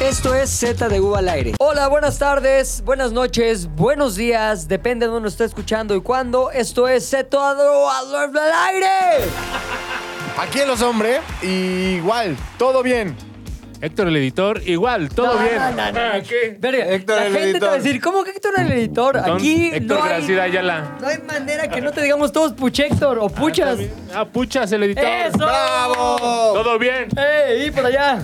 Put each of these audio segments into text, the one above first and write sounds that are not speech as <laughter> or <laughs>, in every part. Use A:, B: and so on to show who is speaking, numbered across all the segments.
A: Esto es Z de U al aire. Hola, buenas tardes, buenas noches, buenos días, depende de dónde esté escuchando y cuándo. Esto es Z de U al al aire.
B: Aquí en Los Hombres, y igual, todo bien.
C: Héctor el editor, igual, todo
A: No,
C: bien.
A: no, no, no.
C: Ah, ¿qué?
A: Verga,
B: Héctor,
A: la
B: el
A: gente te va a
B: editor.
A: decir, ¿cómo que Héctor el editor?
C: Don
A: Aquí
C: Héctor
A: no hay,
C: Gracida Ayala.
A: no hay manera que no te digamos todos Puchector o Puchas.
C: Ah, Puchas el editor.
A: ¡Eso!
B: ¡Bravo!
C: Todo bien.
A: ¡Ey, y por allá!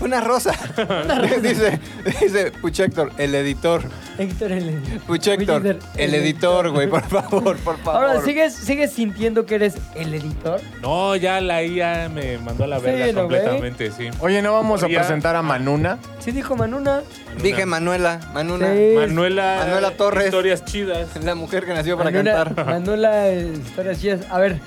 B: Una rosa.
D: <laughs>
B: dice, dice Puchector, el editor.
A: Héctor el editor.
B: Puchector,
A: Puchector,
B: el editor, güey, por favor, por favor.
A: Ahora, ¿sigues, ¿sigues sintiendo que eres el editor?
C: No, ya la IA me mandó a la
A: Sí,
C: verga
A: lo ve.
C: completamente, sí.
B: Oye, ¿no vamos a
C: Oye.
B: presentar a Manuna?
A: Sí, dijo Manuna.
D: Dije Manuela, Manuna.
A: Sí.
C: Manuela,
D: Manuela Torres.
C: Historias chidas.
D: La mujer que nació para
A: Manuela-
D: cantar.
A: Manuela, eh, historias chidas. A ver,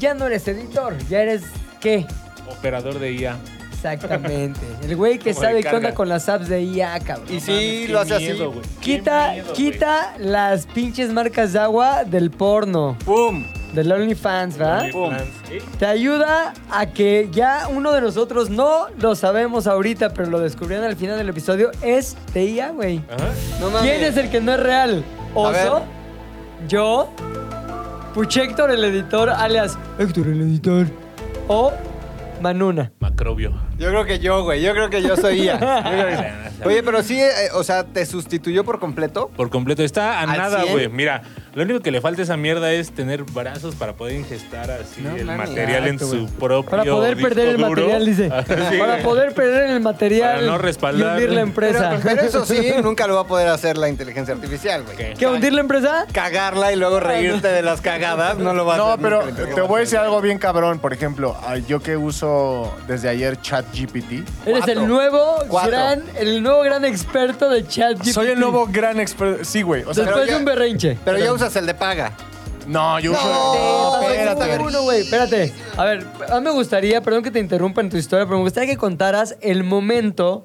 A: ya no eres editor, ya eres qué
C: Operador de IA.
A: exactamente. El güey que
C: Como de
A: sabe qué
C: carga.
A: onda con las apps de IA, cabrón.
D: Y
C: No
D: sí,
C: mames, qué
D: lo hace
C: miedo,
D: así.
C: güey. Qué
A: Quita,
C: miedo, güey.
A: quita las pinches marcas de agua del porno,
D: ¡Pum!
A: del OnlyFans, ¿verdad?
C: Qué
D: Pum.
C: plans, ¿eh?
A: Te ayuda a que ya uno de nosotros no lo sabemos ahorita, pero lo descubrieron al final del episodio, es de IA, güey.
C: Ajá.
D: No mames.
A: ¿Quién es el que no es real?
D: A ver.
A: ¿Oso? ¿Yo? ¿Puchector el editor, alias Héctor el editor? ¿O Manuna?
C: Macrobio.
D: Yo creo que yo, güey. Yo creo que yo
A: <laughs>
D: soy ella. Oye, pero sí, eh, o sea, ¿te sustituyó por completo?
C: Por completo, está a
D: ¿Al
C: nada,
D: cien?
C: güey. Mira, lo único que le falta a esa mierda es tener brazos para poder ingestar así
D: No
C: el
D: mames.
C: material en
A: Exacto,
C: su propio.
A: Para poder
C: disco
A: perder el
C: duro.
A: material,
C: <laughs>
A: dice.
C: Así,
A: Para
C: güey.
A: poder perder el material
C: Para no
A: y
C: respaldar.
A: hundir la empresa.
D: Pero, pero
A: <laughs>
D: eso sí, nunca lo va a poder hacer la inteligencia artificial, güey.
C: ¿Qué?
A: ¿Qué, hundir la empresa?
D: Cagarla y luego reírte de las cagadas, no lo va a
B: No,
D: hacer.
B: pero
D: nunca la
B: te
D: inteligencia
B: voy a decir
D: artificial.
B: algo bien cabrón. Por ejemplo, ah, yo que uso desde ayer
A: Eres
B: ChatGPT.
A: el
D: Cuatro.
A: nuevo
D: Cuatro.
A: gran, el nuevo gran experto de ChatGPT.
B: Soy el nuevo gran experto. Sí, güey. O sea,
A: Después
D: pero
A: de
D: ya-
A: un berrinche.
D: Pero ya usas el de paga.
B: no, yo uso.
D: No,
A: Sí, está
D: espérate.
A: bien, está uno, güey. Espérate. A ver, a mí me gustaría, perdón que te interrumpa en tu historia, pero me gustaría que contaras el momento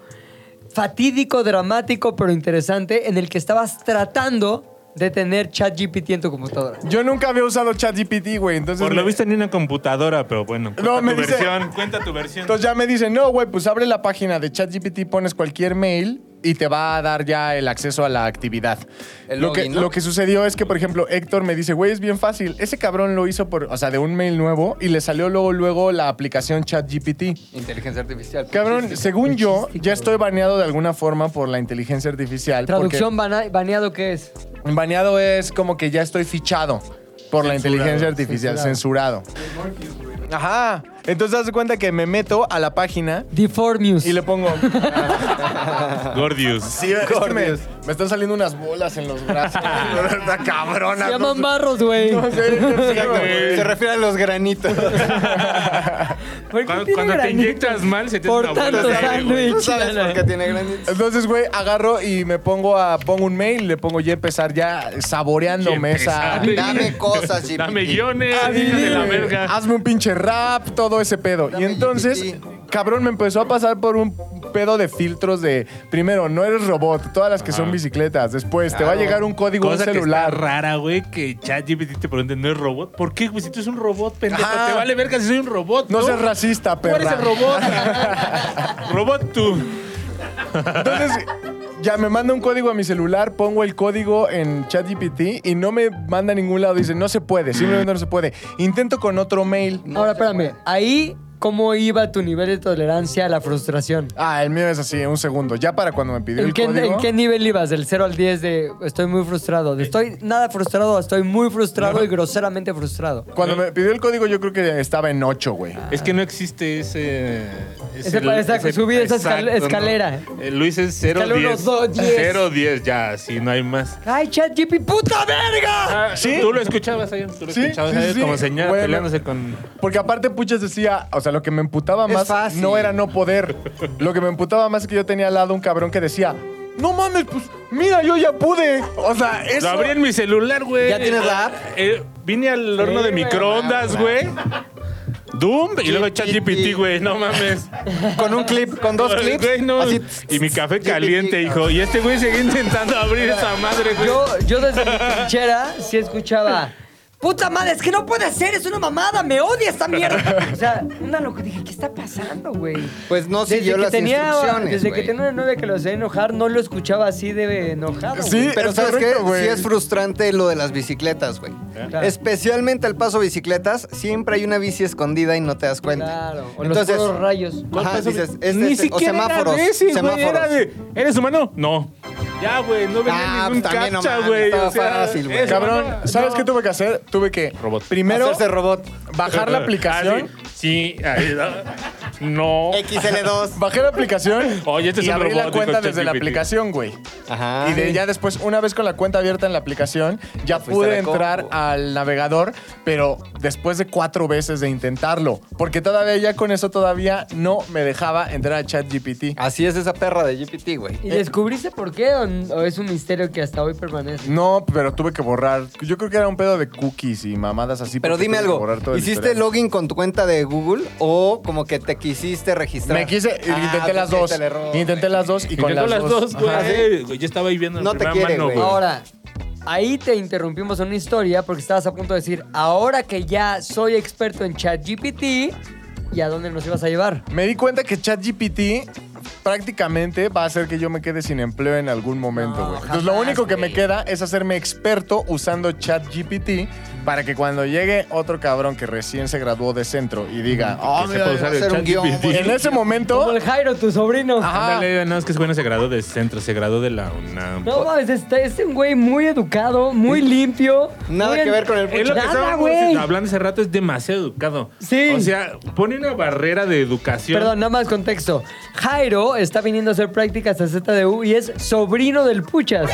A: fatídico, dramático, pero interesante en el que estabas tratando de tener ChatGPT en tu computadora.
B: Yo nunca había usado ChatGPT, güey. Entonces,
C: Por lo
B: me-
C: visto ni una computadora, pero bueno. Cuenta
B: No, me
C: tu
B: dice-
C: versión, cuenta tu versión.
B: Entonces ya me dicen, no, güey, pues abre la página de ChatGPT, pones cualquier mail y te va a dar ya el acceso a la actividad.
D: El
B: lo,
D: login,
B: que,
D: ¿no?
B: lo que sucedió es que, por ejemplo, Héctor me dice, güey, es bien fácil. Ese cabrón lo hizo por, o sea, de un mail nuevo y le salió luego, luego la aplicación ChatGPT.
D: Inteligencia artificial.
B: Cabrón, según yo,
A: Muchísimo.
B: ya estoy baneado de alguna forma por la inteligencia artificial. porque-
A: Traducción bana- baneado, ¿qué es?
B: Baneado es como que ya estoy fichado por la inteligencia artificial, censurado. Ajá. Entonces, haz de cuenta que me meto a la página
A: Deformius.
B: y le pongo.
C: Gordius.
B: Sí, es que me, me están saliendo unas bolas en los brazos. Está cabrona.
A: Se llaman
B: no sé.
A: barros, güey.
B: No sé,
D: Exacto,
C: güey.
D: Se refiere a los granitos.
A: ¿Por qué
C: Cuando,
A: tiene
C: cuando te
A: granito?
C: inyectas mal, se te
A: Por
C: hace una bola
A: tanto
C: de aire, güey.
D: ¿Tú sabes por qué tiene granitos?
B: Entonces, güey, agarro y me pongo a pongo un mail, le pongo ya empezar ya saboreándome esa.
C: Empezar.
D: Dame cosas, GPT.
C: Dame guiones,
B: Ah,
C: hija de la
B: sí,
C: verga.
B: Hazme un pinche rap, todo ese pedo.
D: Dame
B: y entonces,
D: GPT.
B: cabrón, me empezó a pasar por un pedo de filtros de, primero, no eres robot, todas las que son bicicletas. Después, te va a
D: Claro.
B: llegar un código a un
C: Cosa que está
B: celular.
C: rara, güey, que ChatGPT te pregunte, ¿no es robot? ¿Por qué, güey? Si tú eres un robot, pendejo.
B: Ajá.
C: Te vale verga si soy un robot,
B: No
C: ¿no?
B: seas racista,
C: Tú
B: perra.
C: eres el robot.
B: <laughs>
D: <laughs>
C: robot tú.
B: Entonces, ya me manda un código a mi celular, pongo el código en ChatGPT y no me manda a ningún lado. Dice, no se puede, simplemente no se puede. Intento con otro mail.
A: Ahora, espérame. Ahí, ¿cómo iba tu nivel de tolerancia a la frustración?
B: Ah, el mío es así, un segundo. Ya para cuando me pidió
A: ¿En
B: el
A: qué,
B: código.
A: en qué nivel ibas? Del 0 al 10 de estoy muy frustrado. De estoy nada frustrado, a estoy muy frustrado y groseramente frustrado.
B: Cuando me pidió el código, yo creo que estaba en 8, güey.
C: Es que no existe ese...
A: Ese pa- exacto, subir esa escal-
C: exacto, no.
A: escalera.
C: Eh, Luis es 0
A: Escala uno,
C: 10.
A: dos, diez.
C: 0 10 ya, así no hay más.
A: ¡Ay, ChatGPT, puta verga!
D: Ah,
B: ¿Sí?
C: Tú lo escuchabas ayer, tú lo
B: Sí,
C: escuchabas
B: sí,
C: ayer
B: sí.
C: como señora
B: Bueno.
C: peleándose con...
B: Porque aparte Puchas decía, o sea, lo que me emputaba
D: Es
B: más
D: fácil.
B: no era no poder. Lo que me emputaba más es que yo tenía al lado un cabrón que decía, no mames, pues mira, yo ya pude. O sea, eso...
C: Lo abrí en mi celular, güey.
D: ¿Ya tienes la app? Ah,
C: Eh, vine al horno de
A: güey,
C: microondas, güey. Doom y luego ChatGPT, güey, no mames.
D: Con un clip, con dos clips.
C: Güey, no.
D: así,
C: Y mi café
D: GPT,
C: caliente, hijo. Y este güey seguía intentando abrir esa madre, güey.
A: Yo, yo desde mi trinchera sí escuchaba. Puta madre, es que no puede ser, es una mamada, me odia esta mierda. O sea, una loca, dije, ¿qué está pasando, güey?
D: Pues no siguió las instrucciones,
A: Desde
D: güey.
A: que tenía una novia que lo hacía enojar, no lo escuchaba así de enojado.
B: Sí,
A: güey.
D: Pero
B: Es
D: ¿sabes
B: correcto,
D: qué?
B: güey.
D: Sí es frustrante lo de las bicicletas, güey.
A: Claro.
D: Especialmente al paso bicicletas, siempre hay una bici escondida y no te das cuenta.
A: Claro, o
D: Entonces,
A: los puros rayos.
D: Ajá,
C: ¿Cuál paso
D: dices, "Este
C: bici-
D: es de-
C: Ni
D: o
C: siquiera
D: semáforos,
C: era de ese, güey.
D: semáforos.
C: Era de, ¿eres humano? No. Ya, güey, no venía
D: Ah,
C: ningún
D: también no
C: captcha,
D: mames,
C: güey.
D: estaba
C: o sea,
D: fácil, güey.
C: ese
B: Cabrón,
C: humano-
B: ¿sabes
C: no.
B: qué tuve que hacer? Tuve que
C: Robot.
B: primero
C: <laughs>
D: Hacerse robot.
B: bajar la aplicación.
C: Ah, sí, sí, ahí, ah, no.
D: XL2.
B: Bajé la aplicación
C: Oye, este es
B: y
C: un
B: abrí la
C: robot,
B: cuenta
C: dijo
B: desde la
C: ChatGPT.
B: aplicación, güey.
D: Ajá.
B: Y de ya después, una vez con la cuenta abierta en la aplicación, ya
D: fuiste
B: pude
D: a la compu.
B: entrar al navegador, pero después de cuatro veces de intentarlo, porque todavía ya con eso todavía no me dejaba entrar a ChatGPT.
D: Así es esa perra de GPT, güey.
A: ¿Y descubriste por qué o, o es un misterio que hasta hoy permanece?
B: No, pero tuve que borrar. Yo creo que era un pedo de cookies y mamadas así.
D: Pero
B: porque
D: dime
B: tuve que
D: algo,
B: borrar todo el
D: ¿hiciste
B: historial.
D: login con tu cuenta de Google o como que te quisiste registrar?
B: Me quise,
D: Ah,
B: intenté las
D: pues ahí
B: dos.
D: está el error,
B: intenté
D: güey.
B: las dos y
C: Y
B: con las, dos.
C: güey.
B: Ajá.
C: Ay, Yo estaba ahí viendo en
D: No te
C: primera
D: quiere,
C: mano,
D: güey.
C: güey.
A: Ahora, ahí te interrumpimos en una historia porque estabas a punto de decir, ahora que ya soy experto en ChatGPT, ¿y a dónde nos ibas a llevar?
B: Me di cuenta que ChatGPT prácticamente va a hacer que yo me quede sin empleo en algún momento,
A: No,
B: güey. Entonces lo
A: jamás,
B: único que
A: güey.
B: me queda es hacerme experto usando ChatGPT para que cuando llegue otro cabrón que recién se graduó de centro y diga, "Ah,
C: Que
B: mira,
C: sepa usar
D: va a
C: el
D: ser un
C: chat
D: guión,
C: GPT.
D: güey.
B: en ese
A: Como
B: momento
A: el Jairo, tu sobrino.
B: Ajá.
C: Ándale, no, es que es bueno, se graduó de centro, se graduó de la UNAM.
A: No mames, este es un güey muy educado, muy limpio.
D: Nada
A: muy
D: que ver con el
C: Es lo que
A: Nada,
C: estábamos
A: güey.
C: hablando hace rato, es demasiado educado.
A: Sí.
C: O sea, pone una barrera de educación.
A: Perdón, nada más contexto. Jairo está viniendo a hacer prácticas a ZDU y es sobrino del Puchas.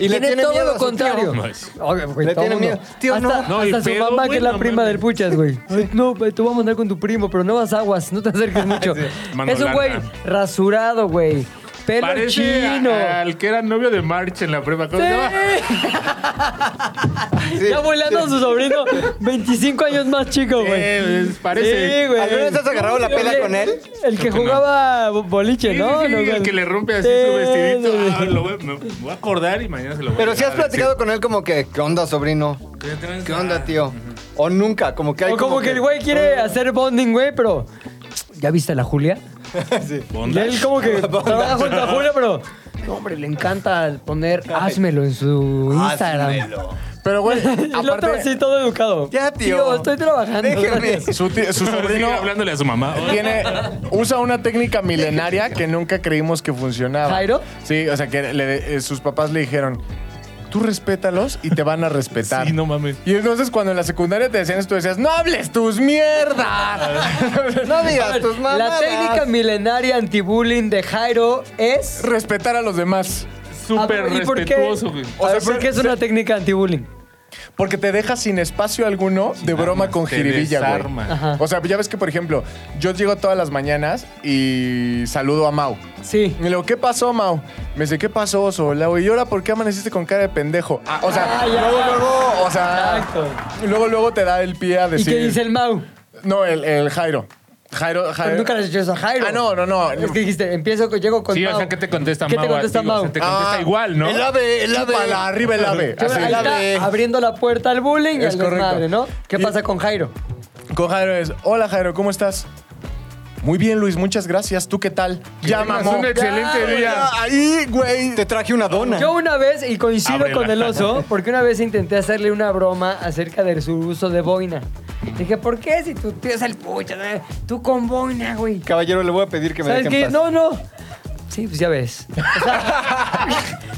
D: Y le
A: tiene,
D: tiene
A: todo
D: miedo
A: lo
D: a su tío.
A: contrario.
C: No es-
A: Oye, güey,
D: Le
A: todo
D: tiene
A: mundo.
D: miedo. Tío,
A: hasta,
D: no.
C: No, y
A: hasta su
C: pedo,
A: mamá,
C: güey,
A: que es la
C: no
A: prima
C: mames.
A: del Puchas, güey. <laughs> Ay, No, güey, tú vas a andar con tu primo, pero no vas aguas, no te acerques mucho.
C: <laughs> Mano
A: es un güey
C: larga.
A: rasurado, güey. Pelo
C: Parece a-
A: chino.
C: al que era novio de March en la prueba. ¿Cómo se llama?
D: <laughs> Sí,
A: ya volando a
D: sí.
A: su sobrino, 25 años más chico, güey.
C: Eh, pues, parece.
A: Sí, güey.
D: ¿Alguna vez has agarrado la pela
A: Oye,
D: con él?
A: El que
C: Creo que no.
A: jugaba bo- boliche,
C: Sí,
A: ¿no?
C: sí,
A: No,
C: el
A: güey.
C: que le rompe así
A: Sí,
C: su vestidito.
A: sí.
C: Ah, lo voy, me voy a acordar y mañana se lo voy a
D: Pero si has
C: llevar a decir.
D: platicado con él como que, ¿qué onda, sobrino? ¿Qué onda, tío? O nunca, como que hay
A: O como que el güey quiere hacer bonding, güey, pero. ¿Ya viste a la Julia?
D: <laughs> Sí.
A: Y
C: Bondage.
A: él como que trabaja junto a Julia, pero. No, hombre, le encanta poner házmelo en su Instagram.
D: Házmelo.
B: Pero, güey,
A: El otro así
B: aparte,
A: todo educado.
D: Ya, tío.
A: estoy trabajando.
D: Déjeme.
A: gracias.
B: su, ti- su
C: Sigue
B: sobrino
C: hablándole a su mamá.
B: tiene, usa una técnica milenaria que nunca creímos que funcionaba.
A: ¿Jairo?
B: Sí, o sea, que le- eh, sus papás le dijeron, tú respétalos y te van a respetar.
C: Sí, no mames.
B: Y entonces cuando en la secundaria te decían esto, decías, no hables tus
C: <laughs>
B: mierdas.
D: No
A: A
D: digas
A: ver,
D: tus
A: La
D: mamadas.
A: técnica milenaria anti-bullying de Jairo es.
B: Respetar a los demás.
C: Súper
A: A ver, ¿y por qué?
C: respetuoso, güey.
A: A
B: O sea,
A: ver, ¿por
B: se-
A: qué es una técnica anti-bullying?
B: Porque te deja sin espacio alguno de
C: armas,
B: broma con
C: te
B: jiribilla, güey.
C: desarma.
A: Ajá.
B: O sea, ya ves que, por ejemplo, yo llego todas las mañanas y saludo a Mau.
A: Sí.
B: Y le digo, ¿qué pasó, Mau? Me dice, ¿qué pasó, oso? Le digo, ¿y ahora por qué amaneciste con cara de pendejo? Ah, o sea,
A: Ah, ya.
B: luego, luego, o sea,
A: Exacto.
B: luego, luego te da el pie a
A: ¿Y
B: decir...
A: qué dice el Mau?
B: No, el, el Jairo. Jairo, Jairo.
A: Pero nunca le has hecho eso a Jairo.
B: Ah, no, no, no.
A: Es que dijiste, empiezo, con- llego con
C: Sí,
A: Mau.
C: o sea, ¿qué te contesta
A: ¿Qué
C: Mau?
A: te contesta
C: a ti? O sea,
A: Mau?
C: te
B: Ah,
C: contesta igual, ¿no?
D: El ave, el ave.
B: Para arriba el ave.
A: Yo,
B: así.
A: ahí está, abriendo la puerta al bullying y
B: Es
A: al
B: correcto.
A: desmadre, ¿no? ¿Qué
B: Y-
A: pasa con Jairo?
B: Con Jairo es, hola Jairo, ¿cómo estás? Muy bien, Luis, muchas gracias. ¿Tú qué tal? Ya,
C: tengas
B: mamó.
C: un excelente
B: Ya,
C: día.
B: Ahí, güey.
D: Te traje una dona.
A: Yo una vez, y coincido
C: Ábrela.
A: con el
B: <laughs>
A: oso, porque una vez intenté hacerle una broma acerca de su uso de boina. Dije, ¿por qué si tu tío es el pucha? eh? Tú con boina, güey.
D: Caballero, le voy a pedir que me
A: ¿Sabes
D: deje
A: qué?
D: en paz.
A: No, no. Sí, pues ya ves. O sea,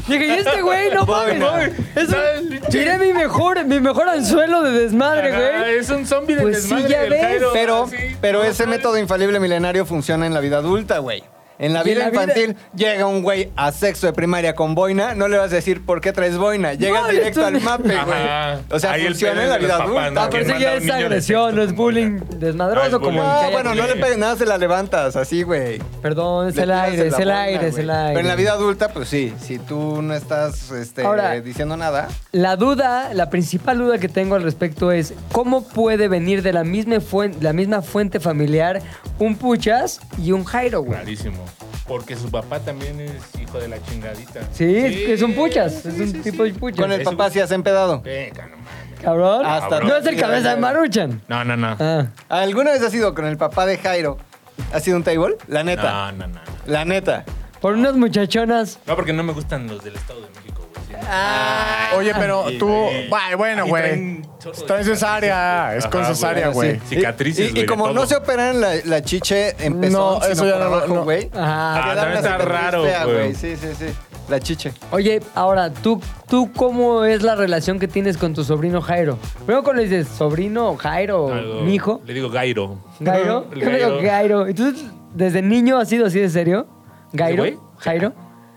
A: dije, ¿y este güey? No mames.
D: Boina.
A: güey. Es un- tiré mi mejor, mi mejor anzuelo de desmadre,
C: Ajá,
A: güey.
C: Es un zombie de
A: Pues sí,
C: desmadre
A: ya
C: del
A: ves.
C: Jairo.
D: Pero,
C: Sí.
D: pero ese método infalible milenario funciona en la vida adulta, güey. En la
A: Y en
D: vida
A: la vida-
D: infantil llega un güey a sexto de primaria con boina, no le vas a decir por qué traes boina, llegas
A: No, esto-
D: directo al mape,
C: Ajá.
D: güey. O sea,
C: Ahí el
D: funciona
C: pedo
D: en la
C: es de
D: vida
C: los papás,
D: adulta. pues
A: Ah, pero
C: ¿no? que
A: eso
C: manda
A: ya
C: a un
A: es
C: niño de
A: agresión,
C: sexto
A: no es
C: con
A: bullying
C: Ah,
A: desmadroso
C: es
A: como
C: bullying.
A: el que
D: No,
A: hay
D: Ah, bueno, no
A: aquí.
D: le pegues nada, se la levantas, así, güey.
A: Perdón, Ah, es
D: Le
A: el
D: tiras en
A: aire,
D: la
A: es el
D: boina,
A: aire, es
D: güey.
A: el aire.
D: Pero en la vida adulta, pues sí, si tú no estás este,
A: Ahora-
D: diciendo nada,
A: La duda, la principal duda que tengo al respecto es cómo puede venir de la misma fuente, la misma fuente familiar un Puchas y un Jairo, güey.
C: Rarísimo. Porque su papá también es hijo de la chingadita.
A: Sí, es- es un Puchas, es un tipo de Puchas.
D: con el
C: Eso-
D: papá sí has empedado.
C: Venga, no mames.
A: Cabrón.
D: Hasta
A: no es el
D: aquí,
A: cabeza de
D: güey.
A: Maruchan.
C: No, no, no.
A: Ah.
D: ¿Alguna vez has ido con el papá de Jairo? ¿Has sido un table? La neta.
C: No, no, no.
D: La neta.
A: Por unas muchachonas.
C: No, porque no me gustan los del Estado de México, güey. Sí,
A: Ah.
C: no.
B: Oye, pero
C: sí,
B: tú.
C: güey.
B: Bah, Bueno,
C: Ahí
B: güey.
C: traen chorro
B: Está en
C: de
B: cesárea. Es con
C: Ajá,
B: cesárea,
D: güey,
B: güey.
D: sí.
C: Cicatrices,
D: Y- Y,
C: güey, de
D: como no
C: todo.
D: se operan la, la chiche en pezón,
B: No,
D: sino
B: eso ya
D: por
B: no lo-
D: abajo,
B: no.
D: güey.
A: Ajá.
D: te
C: Ah,
D: da
C: también
D: una
C: está
D: cicatriz
C: raro,
D: fea,
C: güey.
D: Sí, sí, sí. La chiche.
A: Oye, ahora, ¿tú, ¿tú cómo es la relación que tienes con tu sobrino Jairo? Primero cuando le dices, sobrino, Jairo,
C: Algo-
A: mi hijo.
C: <laughs> Le digo Gairo.
A: ¿Gairo? <laughs>
C: El
A: ¿Qué pedo, Gairo? Entonces, ¿desde niño has sido así de serio? ¿Gairo?
C: ¿Ese güey? <laughs>
A: ¿Jairo?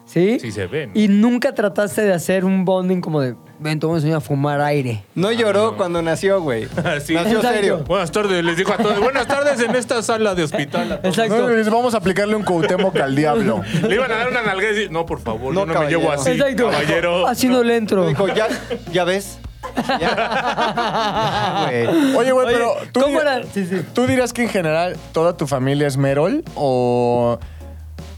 A: ¿Sí?
C: Sí se ve, ¿no?
A: ¿Y nunca trataste de hacer un bonding como de, ven, te voy a enseñar a fumar aire?
D: No lloró cuando nació,
C: <laughs>
D: güey.
C: Ah, Sí.
D: Nació
A: Exacto.
D: serio.
C: Buenas tardes, les digo a todos. Buenas tardes en esta sala de hospital. a todos.
A: Exacto.
B: No, les vamos a aplicarle un Cuauhtémoc al diablo.
C: Le iban a dar una nalga y decir, no, por favor,
D: No,
C: yo no me llevo así,
D: caballero.
A: Exacto.
C: caballero.
A: Así no le entro.
D: Dijo, ya, ya ves. Ya.
A: <laughs>
D: Ya, güey.
B: Oye, güey,
A: Oye,
B: pero. ¿tú
A: ¿cómo
B: dir-
A: era? Sí, sí.
B: ¿Tú dirás que en general toda tu familia es Merol? ¿O.?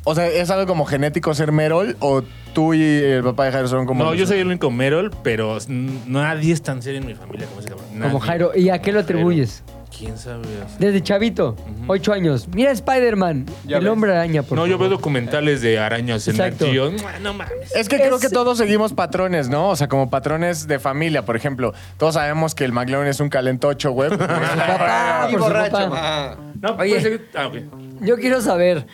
B: O sea, ¿es algo como genético ser Merol? ¿O tú y el papá de Jairo son como.?
C: No, yo soy el único Merol, pero n- nadie es tan serio en mi familia como ese cabrón.
A: Como
C: Nadie.
A: Jairo. ¿Y a qué lo
C: Jairo.
A: atribuyes?
C: ¿Quién sabe?
A: Desde chavito, ocho años. Mira Spider-Man,
D: Ya
A: el
D: ves.
A: hombre araña, por
C: no, yo veo
A: favor.
C: documentales de arañas en
A: Exacto.
C: acción. Mua, No mames.
B: Es que creo
A: Es-
B: que todos seguimos patrones, ¿no? O sea, como patrones de familia, por ejemplo. Todos sabemos que el McLaren es un
A: <laughs>
B: calentocho, güey.
C: <laughs>
A: Papá, por
D: Y
A: su
D: borracho.
A: papá.
D: Ah.
C: No,
A: Oye.
C: pues, ah, ok.
A: Yo quiero saber,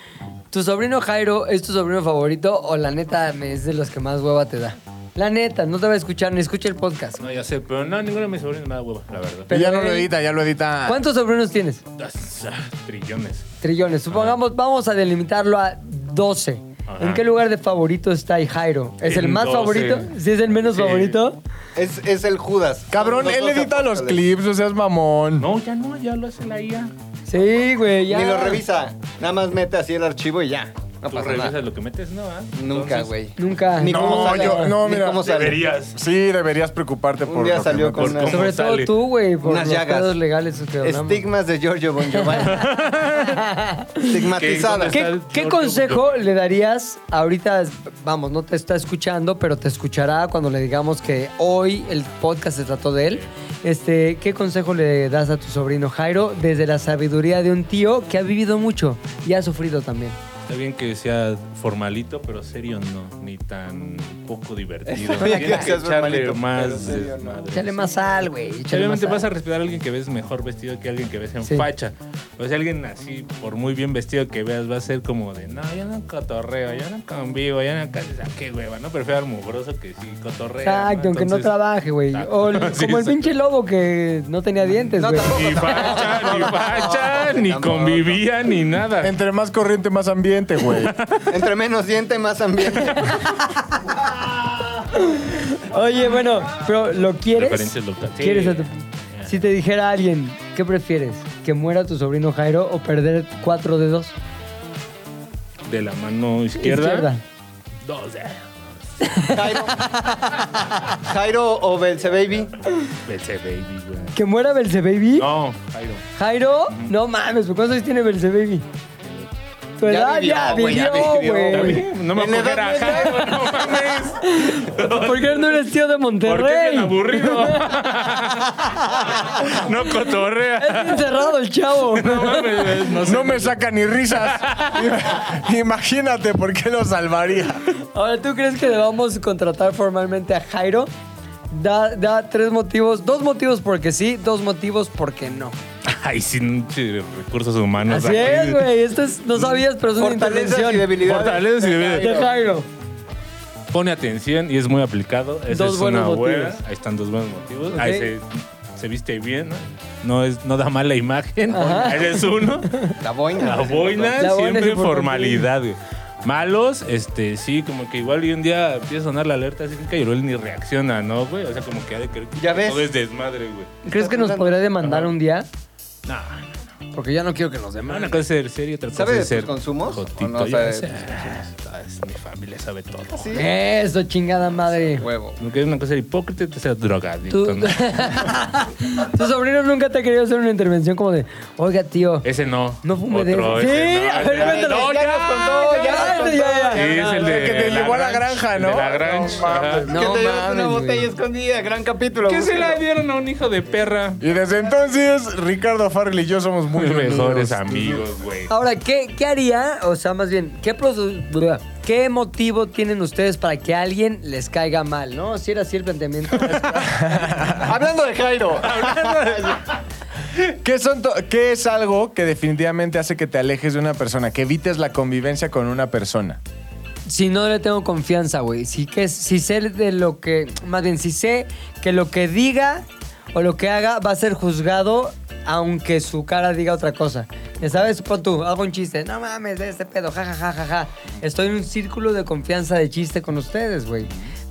A: ¿tu sobrino Jairo es tu sobrino favorito o la neta me es de los que más hueva te da? La neta, no te va a escuchar ni escucha el podcast.
C: No, ya sé, pero no, ninguno de mis sobrinos me da hueva, la verdad.
A: Pero
B: ya no
A: él-
B: lo edita, ya lo edita.
A: ¿Cuántos sobrinos tienes?
C: Ah, Trillones.
A: Trillones. Supongamos, vamos a delimitarlo a 12.
C: Ajá.
A: ¿En qué lugar de favorito está ahí Jairo? ¿Es el
C: En
A: más
C: 12.
A: favorito? ¿Sí es el menos
C: Sí.
A: favorito?
D: Es, es el Judas.
B: Cabrón,
D: Los
B: él
D: dos
B: edita los
D: apóstoles.
B: clips, o sea, es mamón.
C: No, ya no, ya lo hace la IA.
A: Sí, güey, ya.
D: Ni lo revisa. Nada más mete así el archivo y ya. No
C: Tú
D: pasa
C: revisas
D: nada.
C: lo que metes, ¿no? ah?
D: Nunca,
C: Entonces,
D: güey.
A: Nunca.
D: Ni
B: No,
D: cómo sale.
B: yo- no,
D: ni
B: mira,
D: cómo sale.
C: Deberías.
B: Sí, deberías preocuparte
D: Un
B: por.
D: día
B: lo que
D: salió
B: me-
D: con
B: por
D: una-
B: cómo-
A: Sobre todo
C: sale.
A: tú, güey, por
D: Unas
A: los
D: llagas.
A: pedos legales que hablamos.
D: Estigmas de Giorgio Bon Giovanni. Estigmatizada.
C: ¿Qué-
A: ¿Qué, qué consejo le darías ahorita? Vamos, no te está escuchando, pero te escuchará cuando le digamos que hoy el podcast se trató de él. Este, ¿Qué consejo le das a tu sobrino Jairo desde la sabiduría de un tío que ha vivido mucho y ha sufrido también?
C: Está bien que sea formalito, pero serio no, ni tan poco divertido.
D: Está bien
C: Tienes
D: que
C: que
D: seas
C: echarle
D: formalito, pero
C: más.
D: serio no.
C: desmadre.
A: Échale más sal, güey. échale
C: Obviamente
A: más
C: vas a
A: sal.
C: respetar a alguien que ves mejor vestido que alguien que ves en
A: Sí.
C: facha. O sea, alguien así, por muy bien vestido que veas, va a ser como de, no, yo no cotorreo, yo no convivo, yo no... Ah, qué hueva, ¿no? Prefiero al mugroso que sí cotorrea.
A: Exacto, aunque no
C: Entonces-
A: trabaje, güey.
C: Exacto.
A: O el-
C: <laughs> Sí,
A: como el
C: exacto.
A: pinche lobo que no tenía dientes,
D: No,
A: güey.
D: tampoco.
C: Ni facha, ni facha,
D: No,
C: ni
D: tampoco.
C: convivía, ni nada.
B: Entre más corriente, más ambiente, güey.
C: <laughs>
D: Entre menos diente, más ambiente.
A: Oye, bueno, pero ¿lo quieres?
C: Preferencias locales. Sí.
A: ¿Quieres a tu- Si te dijera alguien, ¿qué prefieres? ¿Que muera tu sobrino Jairo o perder cuatro dedos?
C: De la mano izquierda. Dos, eh,
D: Jairo. Jairo o Belce Baby.
C: ese baby, güey.
A: ¿Que muera Belzebaby?
C: No, Jairo.
A: ¿Jairo? No mames, ¿cuántos años tiene Belzebaby? Tu edad ya
D: vivió, güey, ya
A: vivió,
D: vivió,
A: güey.
D: güey.
C: No me
D: En la
C: acuerdo a
D: edad media.
C: Jairo, no mames.
A: ¿Por qué no eres tío de
C: ¿Por qué es
A: Monterrey? <laughs>
C: bien aburrido? no cotorrea.
A: Es encerrado el chavo.
C: <laughs> No mames, no sé.
B: No me saca ni
C: <laughs>
B: risas. Imagínate por qué lo salvaría.
A: Ahora, ¿tú crees que debamos contratar formalmente a Jairo? Da, da tres motivos, dos motivos porque sí, dos motivos porque no.
C: Ay, sin che, recursos humanos.
A: Así
C: Ay,
A: es, güey. Esto es- no sabías, pero es una
D: Fortalezas
A: intervención.
D: y debilidades.
C: Fortalezas y debilidades.
A: De Jairo.
C: Pone atención y es muy aplicado. Esa
A: Dos
C: es
A: buenos
C: una buena.
A: motivos.
C: Ahí están dos buenos motivos.
A: Ok.
C: Ahí se, se viste bien, ¿no? No, es, no da mala imagen.
A: Ajá.
C: Eres uno.
D: La
C: La boina,
D: boina.
A: La boina es
C: siempre
A: importante.
C: formalidad, güey. Malos, este, sí, como que igual y un día empieza a sonar la alerta sísmica y él ni reacciona, ¿no, güey? O sea, como que ha de creer que
D: Ya ves.
C: todo es desmadre, güey.
A: ¿Crees que nos podría demandar un día?
C: No,
A: Porque ya no quiero que nos
C: no,
A: demanden.
C: una cosa es ser serio, otra cosa
D: ¿Sabe de
C: es
D: tus
C: ser
D: consumos? ¿O
C: jotito,
D: no
C: ya
D: sabe de
C: sé. Ah, es mi fan. Bambi le sabe todo.
D: Sí.
A: Eso, chingada madre.
D: Huevo.
C: Lo que es una cosa de hipócrita te sea
A: Tu,
C: drogadicto. ¿no?
A: <laughs> tu sobrino nunca te ha querido hacer una intervención como de, oiga, tío.
C: Ese no.
A: No fume de-
C: ese
A: Sí, a ver,
C: ese
A: cuéntalo. Ya
C: no, Eh, ya,
A: nos contó,
C: ya,
A: ya nos
C: ya.
A: contó.
C: Sí, es el
B: El
C: de
B: que te llevó a la
C: Grange,
B: granja, ¿no?
C: de la Grange,
B: No
C: ajá.
B: mames.
A: No
D: que te llevas una
A: mames,
D: botella
A: güey.
D: escondida, gran capítulo.
C: ¿Qué se la
D: búscalo.
C: dieron a un hijo de perra?
B: Y desde entonces, Ricardo Farrell y yo somos muy
C: Muy mejores
B: unidos.
C: amigos, güey.
A: Ahora, ¿qué, qué haría? O sea, más bien, ¿qué, produ- bla, ¿qué motivo tienen ustedes para que a alguien les caiga mal? ¿No? Si era así el planteamiento. <laughs>
D: Hablando de Jairo.
B: ¿Qué, son to- qué es algo que definitivamente hace que te alejes de una persona? Que evites la convivencia con una persona.
A: si no le tengo confianza, güey. Si, que, si sé de lo que. Más bien, si sé que lo que diga o lo que haga va a ser juzgado, aunque su cara diga otra cosa. Ya sabes, pon tú, hago un chiste. No mames, de este pedo, ja, ja, ja, ja, ja. Estoy en un círculo de confianza de chiste con ustedes, güey.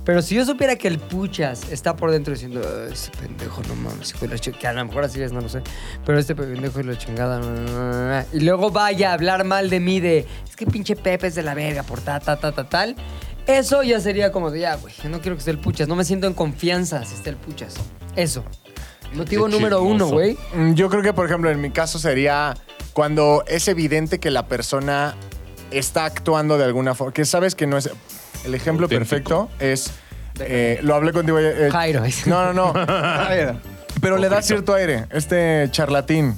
A: Pero si yo supiera que el puchas está por dentro diciendo, "Ay, ese pendejo, no mames, hijo de la chingada, que a lo mejor así es, no lo sé, pero este pendejo es la chingada, no, no, no, no, no". y luego vaya a hablar mal de mí de, es que pinche Pepe es de la verga, por ta, ta, ta, ta, tal, eso ya sería como de, ya, güey, no quiero que esté el puchas, no me siento en confianza si está el puchas. Eso. Motivo
C: Qué
A: número uno,
C: chismoso.
A: güey.
B: Mm, Yo creo que, por ejemplo, en mi caso sería cuando es evidente que la persona está actuando de alguna forma. Que sabes que no es. El ejemplo
C: Auténtico.
B: perfecto es. eh, lo hablé contigo ayer. eh,
A: Jairo.
B: No, no, no.
D: Jairo.
B: Pero le da cierto aire. Este charlatín.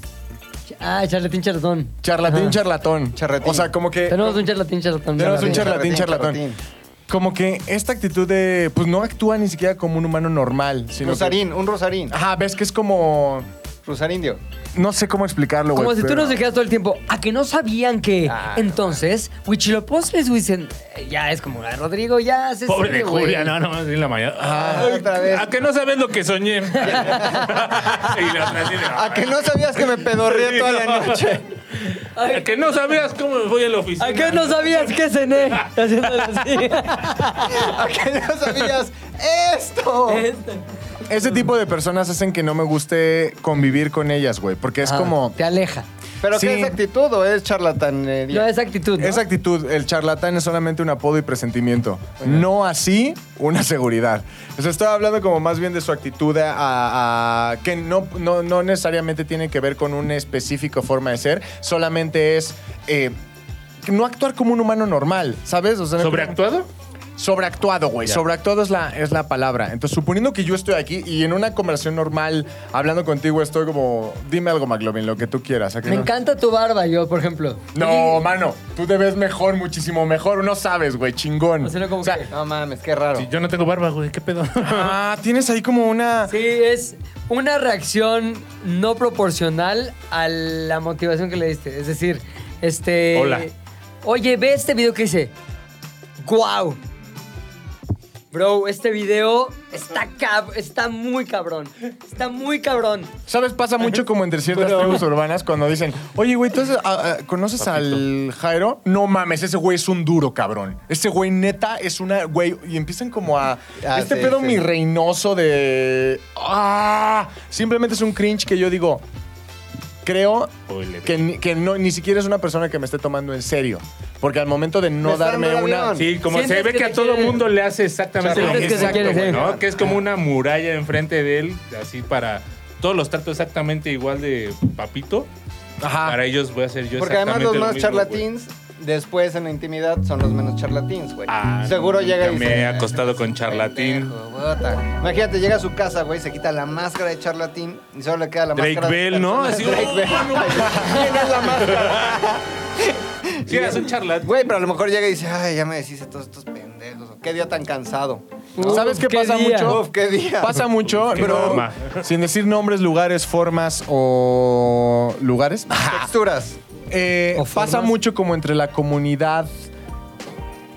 A: Ah, charlatín, charlatón.
B: Charlatín,
A: Ajá.
B: charlatón.
D: Charlatín.
B: O sea, como que.
A: Tenemos un charlatín, charlatón.
B: Tenemos un
A: charlatán.
B: charla- charlatín, charlatán. Como que esta actitud de. Pues no actúa ni siquiera como un humano normal. Sino que-
D: Rosarín, un rosarín.
C: Ah.
B: Ajá, ves que es como.
D: Rosarindio.
B: No sé cómo explicarlo, güey.
A: Como si tú
B: pero-
A: nos dijeras todo el tiempo, a que no sabían que. Entonces, Huichilopostles, dicen, eh, ya es como, "Ay, Rodrigo, ya se
C: Pobre
A: sale,
C: de
A: güey".
C: Julia, no, no más en la mañana. Ay,
D: otra vez.
C: A que no sabes lo que soñé. y la otra así de,
D: A que no sabías que me pedorreé toda la
C: <laughs>
D: noche.
C: A que no sabías cómo me voy a la oficina.
A: ¿A qué no sabías que cené? Haciéndole así.
D: A que no sabías esto.
B: Ese tipo de personas hacen que no me guste convivir con ellas, güey. Porque es
A: Ah,
B: como.
A: Te aleja.
D: Pero
B: Sí.
D: ¿qué es actitud o es eh,
A: No,
D: charlatanería?
A: esa actitud. ¿no?
B: Esa actitud, el charlatán es solamente un apodo y presentimiento. No así una seguridad. O sea, estaba hablando como más bien de su actitud a, a- que no, no, no necesariamente tiene que ver con una específica forma de ser, solamente es eh, no actuar como un humano normal, ¿sabes? O sea,
C: ¿Sobreactuado?
B: Sobreactuado, güey.
C: Ya.
B: Sobreactuado es la, es la palabra. Entonces, suponiendo que yo estoy aquí y en una conversación normal, hablando contigo, estoy como, dime algo, McLovin, lo que tú quieras. ¿a que
A: Me
B: no?
A: encanta tu barba, yo, por ejemplo.
B: No, mano, tú te ves mejor, muchísimo mejor. No sabes, güey, chingón.
A: O sea, como que-
D: No mames, qué raro.
C: Si yo no tengo barba, güey, ¿qué pedo?
B: Ah, tienes ahí como una...
A: Sí, es una reacción no proporcional a la motivación que le diste. Es decir, este.
C: Hola.
A: Oye, ve este video que hice. ¡Guau! Bro, este video está cab- está muy cabrón. Está muy cabrón.
B: ¿Sabes? Pasa mucho como entre ciertas tribus urbanas cuando dicen, oye, güey, ¿tú has- a- a- conoces al Jairo? No mames, ese güey es un duro, cabrón. Ese güey neta es una, güey, y empiezan como a...
D: Ah,
B: este
D: sí,
B: pedo
D: sí.
B: mi reinoso de... Ah, simplemente es un cringe que yo digo, creo
C: Ole,
B: que, ni- que no, ni siquiera es una persona que me esté tomando en serio. Porque al momento de
D: Me
B: no
D: está
B: darme
D: dando el
B: una...
D: avión.
C: Sí, como se
A: Sientes
C: ve
A: que
C: que
A: te
C: a todo
A: quiere.
C: mundo le hace exactamente lo
A: Sientes
C: mismo.
A: que te quiere,
C: güey,
A: sí.
C: ¿no? Que es como una muralla enfrente de él, así para todos los tratos exactamente igual de papito.
B: Ajá.
C: Para ellos voy a ser yo
D: Porque además los
C: exactamente lo
D: más
C: mismo,
D: charlatins, después en la intimidad, son los menos charlatins, güey.
C: güey. Ah,
D: Seguro
C: nunca
D: llega y
C: Me
D: dice,
C: he acostado con charlatín.
D: "Pendejo, bota". Imagínate, llega a su casa, güey, se quita la máscara de charlatín y solo le queda la
C: Drake
D: máscara. de
C: Bell, ¿no?
D: persona.
C: Así,
D: Drake
C: "Oh,
D: Bell. <laughs>
C: no mames".
D: ¿Quién es la máscara?
C: Sí, eras un charlatán.
D: Güey, pero a lo mejor llega y dice, ay, ya me deshice todos estos pendejos. Qué día tan cansado.
B: ¿Sabes qué,
A: qué
B: pasa
A: día.
B: mucho?
D: Uf, qué día. <laughs>
B: Pasa mucho,
C: Qué
B: pero
C: broma.
B: sin decir nombres, lugares, formas o lugares.
D: Texturas.
B: Eh,
A: ¿O
B: pasa
A: formas?
B: mucho como entre la comunidad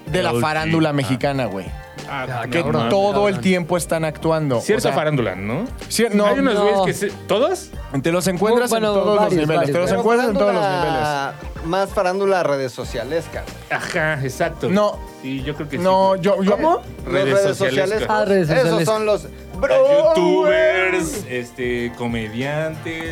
B: de la
C: Oh, sí.
B: farándula
C: Ah.
B: mexicana, güey.
C: Ah,
B: Que
C: cabrón.
B: todo el tiempo están actuando.
C: Cierta
B: O sea,
C: farándula, ¿no?
B: cier- no,
C: Hay unos
A: no.
C: güeyes que se- ¿Todos?
B: te los encuentras
A: Bueno,
B: en todos
A: varios,
B: los niveles.
A: varios,
B: Te los
A: Pero
B: encuentras en todos los niveles.
D: farándula- Más farándula redes sociales, cabrón.
C: Ajá, exacto.
B: No.
C: Sí, yo creo que sí.
B: No, yo, yo
D: ¿Cómo?
C: Redes sociales,
A: Ah, redes
D: Esos
A: sociales.
D: son los bro.
C: youtubers, este, comediantes,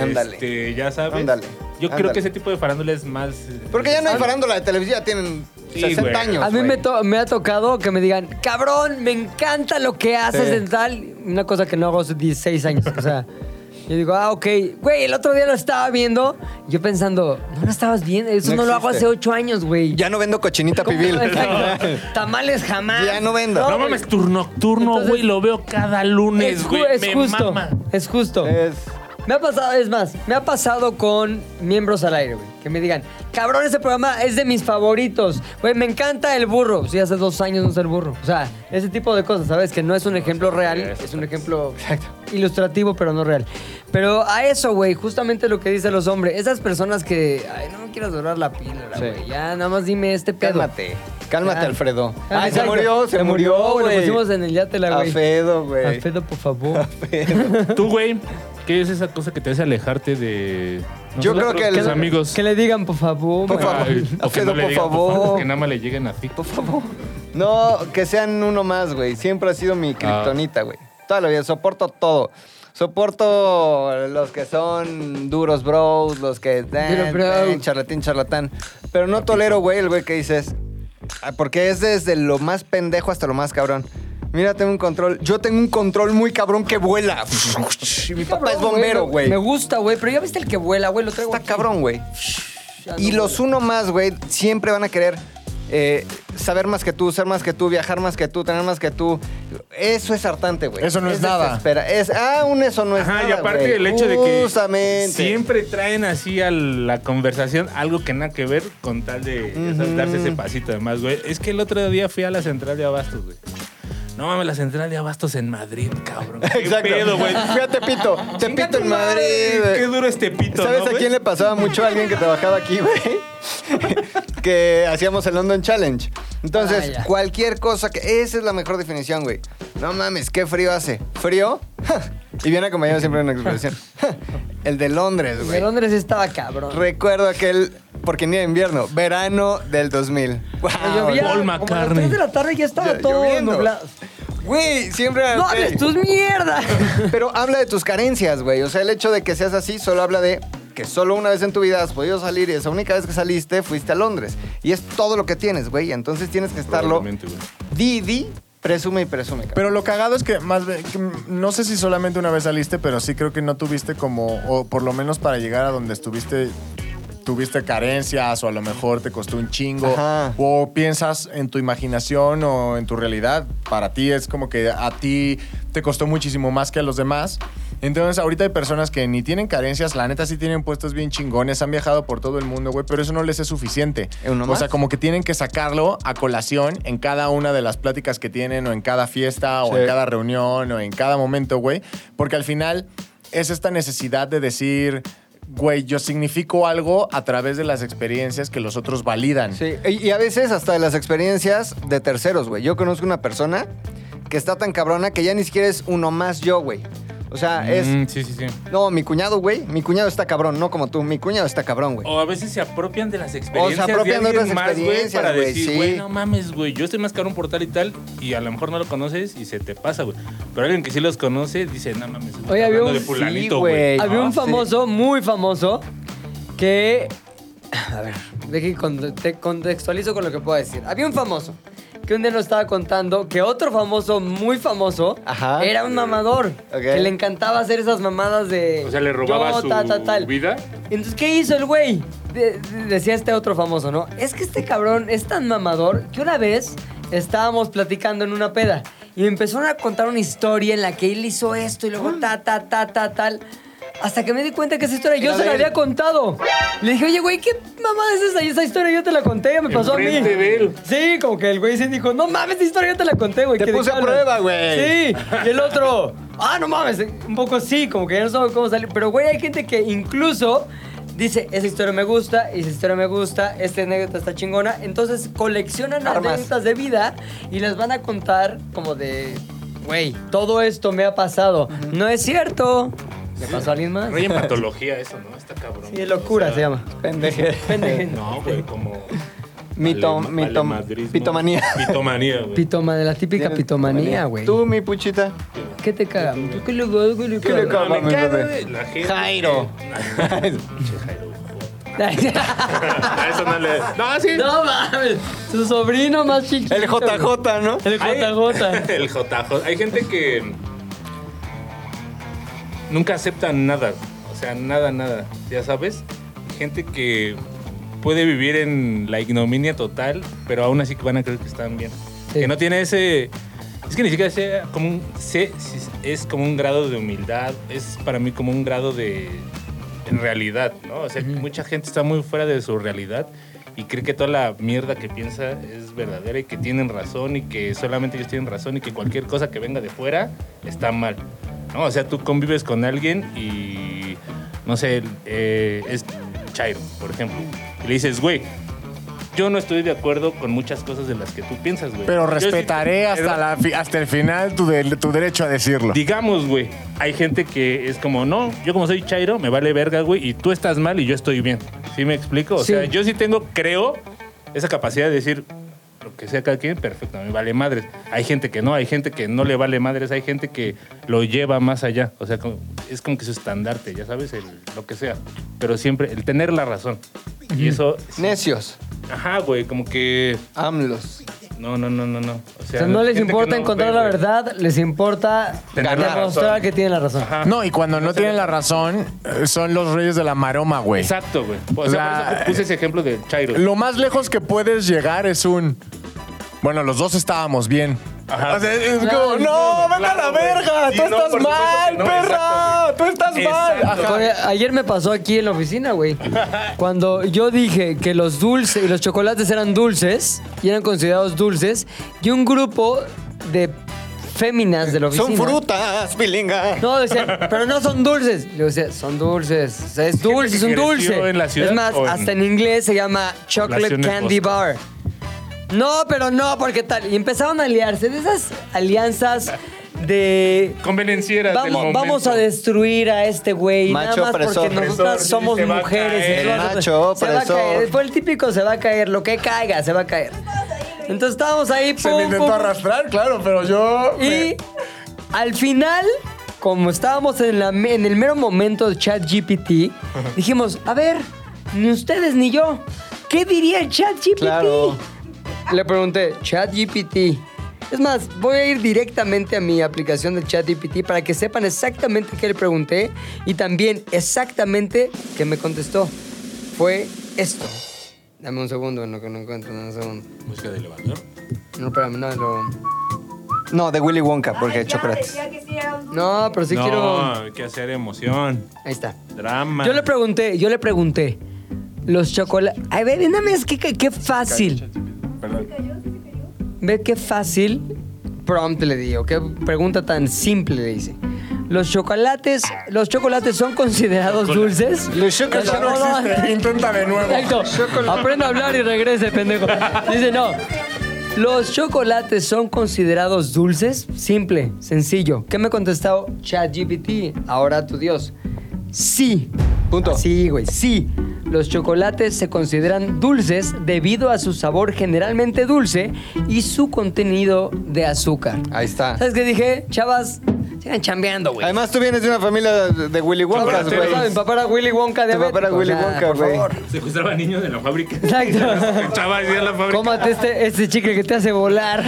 D: Ándale.
C: este, ya sabes.
D: Ándale,
C: Yo creo
D: ándale.
C: que ese tipo de farándula es más. eh,
D: Porque ya no hay
C: ah,
D: farándula de televisión, ya tienen Sí,
C: 60
D: güey.
C: años,
A: A mí
D: güey.
A: me, to- me ha tocado que me digan, cabrón, me encanta lo que haces
D: Sí.
A: en tal. Una cosa que no hago hace 16 años. O sea, yo digo, ah, ok. Güey, el otro día lo estaba viendo. Yo pensando, no lo estabas viendo. Eso no,
D: No
A: lo hago hace
D: existe.
A: 8 años, güey.
D: Ya no vendo cochinita
A: ¿Cómo
D: pibil.
A: no? <laughs>
D: <laughs>
A: Exacto. Tamales jamás.
D: Ya no vendo. No
C: No mames, turnocturno,
A: Entonces-
C: güey, lo veo cada lunes,
A: ju-
C: güey.
A: es
C: me
A: justo. <laughs>
C: mama.
A: Es justo.
D: Es-
A: Me ha pasado, es más, me ha pasado con miembros al aire, güey. Que me digan, cabrón, ese programa es de mis favoritos. Güey, me encanta el burro. Sí, hace dos años no sé el burro. O sea, ese tipo de cosas, ¿sabes? Que no es un ejemplo real, es un ejemplo ilustrativo, pero no real. Pero a eso, güey, justamente lo que dicen los hombres. Esas personas que, ay, no me quieras dorar la píldora,
D: Sí.
A: güey. Ya, nada más dime este pedo.
D: Cálmate. Cálmate,
A: Ya.
D: Alfredo.
A: Ah,
D: Ay, se
A: exacto.
D: murió, se murió,
A: Lo
D: güey.
A: pusimos en el yate, la güey.
D: Afedo, güey.
A: Alfredo, por
D: <laughs>
A: favor.
C: Tú, güey, ¿qué es esa cosa que te hace alejarte de
D: Yo creo
C: nosotros,
D: que el-
C: tus amigos?
A: Que le digan, por favor.
D: Por
A: <laughs> güey.
D: favor.
C: Ay, o que
D: Alfredo,
C: no le
D: por
C: digan,
D: favor.
C: que nada más le lleguen así. Por favor.
D: No, que sean uno más, güey. Siempre ha sido mi kriptonita, güey. Toda la vida, soporto todo. Soporto los que son duros bros, los que...
A: Duro
D: eh,
A: bro.
D: eh, charlatín, charlatán. Pero no tolero, güey, el güey que dices... ah, Porque es desde lo más pendejo hasta lo más cabrón. Mira, tengo un control. Yo tengo un control muy cabrón que vuela. <laughs> Y mi papá
A: Cabrón,
D: es bombero, güey.
A: Me gusta, güey, pero ya viste el que vuela, güey, lo traigo
D: Está
A: aquí.
D: cabrón, güey.
A: Ya
D: Y
A: no
D: los
A: vuela.
D: uno más, güey, siempre van a querer eh, saber más que tú, ser más que tú, viajar más que tú, tener más que tú. Eso es hartante, güey.
B: Eso no es nada.
D: desespera- Es, ah, un eso no es
C: Ajá,
D: nada.
C: y aparte
D: güey.
C: el hecho de que
D: Justamente.
C: siempre traen así a la conversación algo que nada que ver con tal de
D: Ujú.
C: saltarse ese pasito además, güey. Es que el otro día fui a la central de Abastos, güey. No mames, la central de Abastos en Madrid,
D: <laughs>
C: cabrón. Qué
D: Exacto.
C: pedo, güey.
D: Fui a Tepito.
C: Chinga tu
D: Tepito en
C: madre,
D: Madrid, güey.
C: Qué duro este pito,
D: ¿Sabes
C: ¿no,
D: a
C: güey?
D: quién le pasaba mucho a alguien que trabajaba aquí, güey? <laughs> que hacíamos el London Challenge.
A: Ah,
D: Entonces,
A: ya.
D: cualquier cosa que. Esa es la mejor definición, güey. No mames, qué frío hace. ¿Frío? <laughs> y viene acompañado siempre de una expresión. <laughs> el de Londres,
A: De
D: güey.
A: Londres estaba cabrón.
D: Recuerdo aquel. Porque ni era invierno, verano del 2000. Wow,
A: Llovía
C: Paul
A: como a las
C: McCartney.
A: 3 de la tarde ya estaba
D: Llo-
A: todo
D: lloviendo.
A: nublado.
D: Güey, siempre. era-
A: ¡No hables tus mierdas!
D: Pero habla de tus carencias, güey. O sea, el hecho de que seas así solo habla de que solo una vez en tu vida has podido salir y esa única vez que saliste fuiste a Londres. Y es todo lo que tienes, güey. Entonces tienes que estarlo.
C: Probablemente, güey.
D: Di, di, presume y presume. cabrón.
B: Pero lo cagado es que más ve- que, mm, no sé si solamente una vez saliste, pero sí creo que no tuviste como, o por lo menos para llegar a donde estuviste, tuviste carencias o a lo mejor te costó un chingo
D: Ajá.
B: o piensas en tu imaginación o en tu realidad. Para ti es como que a ti te costó muchísimo más que a los demás. Entonces ahorita hay personas que ni tienen carencias, la neta sí tienen puestos bien chingones, han viajado por todo el mundo, güey, pero eso no les es suficiente.
D: ¿Uno
B: O
D: más?
B: sea, como que tienen que sacarlo a colación en cada una de las pláticas que tienen o en cada fiesta o
D: Sí.
B: en cada reunión o en cada momento, güey. Porque al final es esta necesidad de decir, güey, yo significo algo a través de las experiencias que los otros validan.
D: Sí, y y a veces hasta de las experiencias de terceros, güey. Yo conozco una persona que está tan cabrona que ya ni siquiera es uno más yo, güey. O sea, Ah, es.
C: Mm, sí, sí, sí.
D: No, mi cuñado, güey. Mi cuñado está cabrón, no como tú. Mi cuñado está cabrón, güey.
C: O a veces se apropian de las experiencias.
D: O se apropian de
C: de, alguien
D: otras
C: más, güey,
D: experiencias,
C: Para
D: güey,
C: decir,
D: sí.
C: güey, no mames, güey. Yo estoy más cabrón por tal y tal. Y a lo mejor no lo conoces y se te pasa, güey. Pero alguien que sí los conoce dice, no mames. güey,
A: Oye,
C: está
A: había
C: hablando
A: un-
C: de
A: sí,
C: fulanito,
D: güey.
C: güey.
A: Había
C: ¿no?
A: un
D: sí.
A: famoso, muy famoso, que. A ver, deje que con- te contextualizo con lo que puedo decir. Había un famoso que un día nos estaba contando que otro famoso, muy famoso,
D: Ajá.
A: era un mamador.
D: Ok.
A: Que le encantaba hacer esas mamadas de.
C: O sea, le robaba
A: yo,
C: su
A: ta, ta, tal. <laughs>
C: vida.
A: Entonces, ¿qué hizo el güey? De- de- decía este otro famoso, ¿no? Es que este cabrón es tan mamador que una vez estábamos platicando en una peda y me empezaron a contar una historia en la que él hizo esto y
D: Mm.
A: luego ta, ta, ta, ta, tal. Hasta que me di cuenta que esa historia yo
D: Era
A: se
D: de
A: la
D: él.
A: había contado. Le dije, oye, güey, ¿qué mamada es esa? Y esa historia yo te la conté, me pasó a mí.
C: Enfrente de él.
A: Sí, como que el güey sí dijo, no mames, esa historia yo te la conté, güey.
D: Te
A: ¿qué de
D: puse
A: qué
D: a
A: hablas?"
D: prueba, güey.
A: Sí, Sí, y el otro, ah, no mames, un poco sí, como que ya no sabemos cómo salir. Pero, güey, hay gente que incluso dice, esa historia me gusta, esa historia me gusta, esta anécdota está chingona. Entonces coleccionan
D: Armas.
A: anécdotas de vida y las van a contar como de, güey, todo esto me ha pasado. No es cierto. ¿Le pasó a alguien más?
C: Rey en patología, eso, ¿no? Está cabrón.
A: Sí, locura se llama.
D: Pendeje.
A: Pendeje.
C: No,
A: <laughs>
C: güey, como.
D: Mito-
C: Vale-
D: mito-
C: valemadrismo. <laughs>
D: pitomanía.
C: Pitomanía, güey.
A: Pitoma, de la típica pitomanía, güey.
D: Tú, mi puchita.
A: ¿Qué te caga? ¿Qué le- qué le
D: ¿Qué le
A: caga?
D: caga?
C: No, me
D: mi
C: cago, <laughs>
D: padre.
C: güey, la gente.
D: Jairo.
C: Pinche Jairo, güey. <laughs> A eso no le. No, sí.
A: <laughs> no mames. Su sobrino más chiquito.
D: El
A: güey.
D: JJ, ¿no?
A: El
C: Hay-
A: JJ.
C: <laughs> el JJ. Hay gente que nunca acepta nada. O sea, nada, nada. Ya sabes. Gente que puede vivir en la ignominia total, pero aún así que van a creer que están bien.
A: Sí.
C: Que no tiene ese. Es que ni siquiera sea como un. sé si es- es como un grado de humildad. Es para mí como un grado de. En realidad, ¿no? O sea, mucha gente está muy fuera de su realidad y cree que toda la mierda que piensa es verdadera y que tienen razón y que solamente ellos tienen razón y que cualquier cosa que venga de fuera está mal. ¿no? O sea, tú convives con alguien y, no sé, eh, es Chairo, por ejemplo. Y le dices, güey, yo no estoy de acuerdo con muchas cosas de las que tú piensas, güey.
B: Pero
C: Yo sí-
B: respetaré hasta,
C: Pero-
B: la fi- hasta el final tu, del- tu derecho a decirlo.
C: Digamos, güey, hay gente que es como, no, yo como soy Chairo, me vale verga, güey, y tú estás mal y yo estoy bien. ¿Sí me explico? O
A: Sí.
C: sea, yo sí tengo, creo, esa capacidad de decir lo que sea cada quien, perfecto, me vale madres. Hay gente que no, hay gente que no le vale madres, hay gente que lo lleva más allá. O sea, como- es como que su estandarte, ya sabes, el- lo que sea. Pero siempre, el tener la razón. Y eso...
D: Necios.
C: Ajá, güey, como que...
D: AMLOS.
C: No, no, no, no, no. O
A: O
C: sea,
A: sea, no les
C: gente que
A: importa
C: no
A: encontrar
C: ve,
A: la
C: güey.
A: verdad, les importa
C: Tener la
A: demostrar
C: razón.
A: que tienen la razón.
C: Ajá.
B: No, y cuando no tienen la razón, eh, son los reyes de la maroma, güey.
C: Exacto, güey. O sea,
B: La-
C: por eso puse ese ejemplo del Chairo.
B: Lo más lejos que puedes llegar es un. Bueno, los dos estábamos bien.
C: Ajá.
B: O sea, es
A: Claro,
B: como,
A: claro,
B: no, vete a la
C: claro, güey.
B: verga, tú
C: Sí, no,
B: estás
C: por supuesto
B: mal,
C: que no,
B: perra,
C: exacto,
B: tú
C: güey.
B: estás mal.
C: Exacto.
B: Ajá.
A: Oye, ayer me pasó aquí en la oficina,
D: <laughs>
A: güey. Cuando yo dije que los dulces y los chocolates eran dulces y eran considerados dulces, y un grupo de féminas de la
D: Ah, Son
A: oficina.
D: frutas, pilinga.
A: No, decían, pero no son dulces. Le decía, son dulces. O sea, es dulce, es un
C: que creció
A: dulce.
C: en la ciudad
A: es más,
C: o en-
A: hasta en inglés se llama chocolate
C: poblaciones
A: candy
C: costa.
A: bar. No, pero no, porque tal. Y empezaron a aliarse. De esas alianzas de.
C: Convenencieras del
A: Vamos,
C: momento.
A: vamos a destruir a este güey. Nada
D: Macho
A: más
D: opresor.
A: porque nosotras
C: Opresor,
A: somos
C: se va a
A: mujeres.
C: caer.
A: entonces-
D: El macho
A: se va a
D: opresor.
A: caer. Fue el típico se va a caer. Lo que caiga, se va a caer. Entonces estábamos ahí, pum,
B: Se me
A: pum,
B: intentó
A: pum.
B: arrastrar, claro, pero yo.
A: Y al final, como estábamos en, la, me- en el mero momento de ChatGPT, dijimos, a ver, ni ustedes ni yo, ¿qué diría el ChatGPT?
D: Claro.
A: Le pregunté, ChatGPT. Es más, voy a ir directamente a mi aplicación del ChatGPT para que sepan exactamente qué le pregunté y también exactamente qué me contestó. Fue esto. Dame un segundo en lo que no encuentro, dame un segundo.
C: Música de elevador.
A: No, espérame, no, lo-
D: No, de Willy Wonka, porque
E: Ay, ya,
D: chocolates.
E: decía que sí era un dulce.
A: No, pero sí
C: no,
A: quiero...
C: hay que hacer emoción,
A: Ahí está.
C: drama.
A: Yo le pregunté, yo le pregunté. Los chocolates. A ver, nada más que, que- qué fácil. Ve qué fácil prompt le di, o qué pregunta tan simple le hice. Los chocolates, los chocolates son considerados dulces.
D: Los chocolates
B: Eso no
A: Chocolate.
B: existe, intenta de nuevo.
A: Exacto. Aprenda a hablar y regrese, pendejo. Dice, no. Los chocolates son considerados dulces. Simple, sencillo. ¿Qué me ha contestado ChatGPT? Ahora tu Dios. Sí.
D: Punto.
A: Sí, güey. Sí. Los chocolates se consideran dulces debido a su sabor generalmente dulce y su contenido de azúcar.
D: Ahí está.
A: ¿Sabes qué dije? Chavas, sigan chambeando, güey.
D: Además, tú vienes de una familia de de Willy Wonka,
A: Chocolates,
D: güey.
A: mi papá era Willy Wonka de
D: Tu papá era Willy Wonka, güey.
C: Secuestraba niños de la <laughs> fábrica.
D: <laughs>
A: Exacto.
C: Chava, decía la fábrica.
A: Cómate este, este chicle que te hace volar.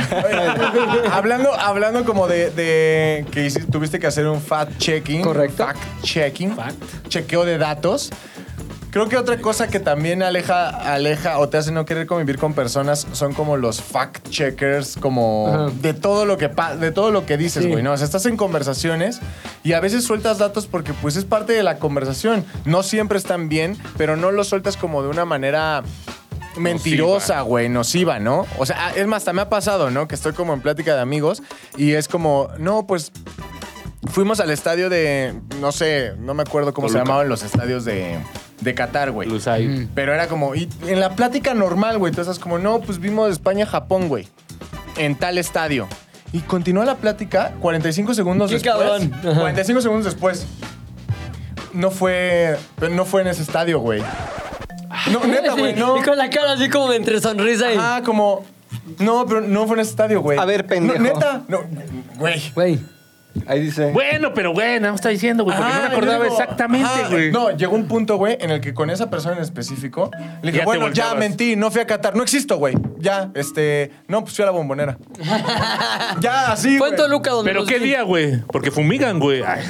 B: hablando, hablando como de, de que hiciste- tuviste que hacer un fact checking.
A: Correcto.
B: Fact checking.
C: Fact.
B: Chequeo de datos. Creo que otra cosa que también aleja, aleja o te hace no querer convivir con personas son como los fact checkers, como
A: Ajá.
B: de todo lo que pa- de todo lo que dices,
A: Sí.
B: güey. No, o sea, estás en conversaciones y a veces sueltas datos porque pues es parte de la conversación. No siempre están bien, pero no los sueltas como de una manera mentirosa, güey, nociva, ¿no? O sea, ah, es más, hasta me ha pasado, ¿no? Que estoy como en plática de amigos y es como, no, pues fuimos al estadio de, no sé, no me acuerdo cómo se
C: Toluca.
B: llamaban los estadios de, de Qatar, güey.
C: Lusail.
B: Pero era como, y en la plática normal, güey, tú estás como, no, pues vimos España-Japón, güey, en tal estadio. Y continúa la plática 45 segundos
A: Qué
B: después.
A: cabrón. Ajá.
B: 45 segundos después. No fue, no fue en ese estadio, güey.
A: <laughs>
B: No, neta, güey,
A: Sí,
B: no.
A: Y con la cara así como de entre sonrisa y.
B: Ah, como. No, pero no fue en ese estadio, güey.
D: A ver, pendejo.
B: No, neta. No, güey.
A: Güey.
D: Ahí dice.
C: Bueno, pero güey, no me está diciendo, güey, porque
B: Ah,
C: no me acordaba
B: yo digo,
C: exactamente,
B: ajá,
C: güey.
B: No, llegó un punto, güey, en el que con esa persona en específico le
C: Ya
B: dije,
C: te
B: bueno, ya
C: volteabas.
B: mentí, no fui a Qatar, no existo, güey. Ya, este, no, pues fui a la
C: <laughs>
B: bombonera. ya, así,
A: Fue
B: güey.
A: en Toluca donde
C: Pero
A: los
C: qué
A: vi.
C: día, güey, porque fumigan, güey. Ay.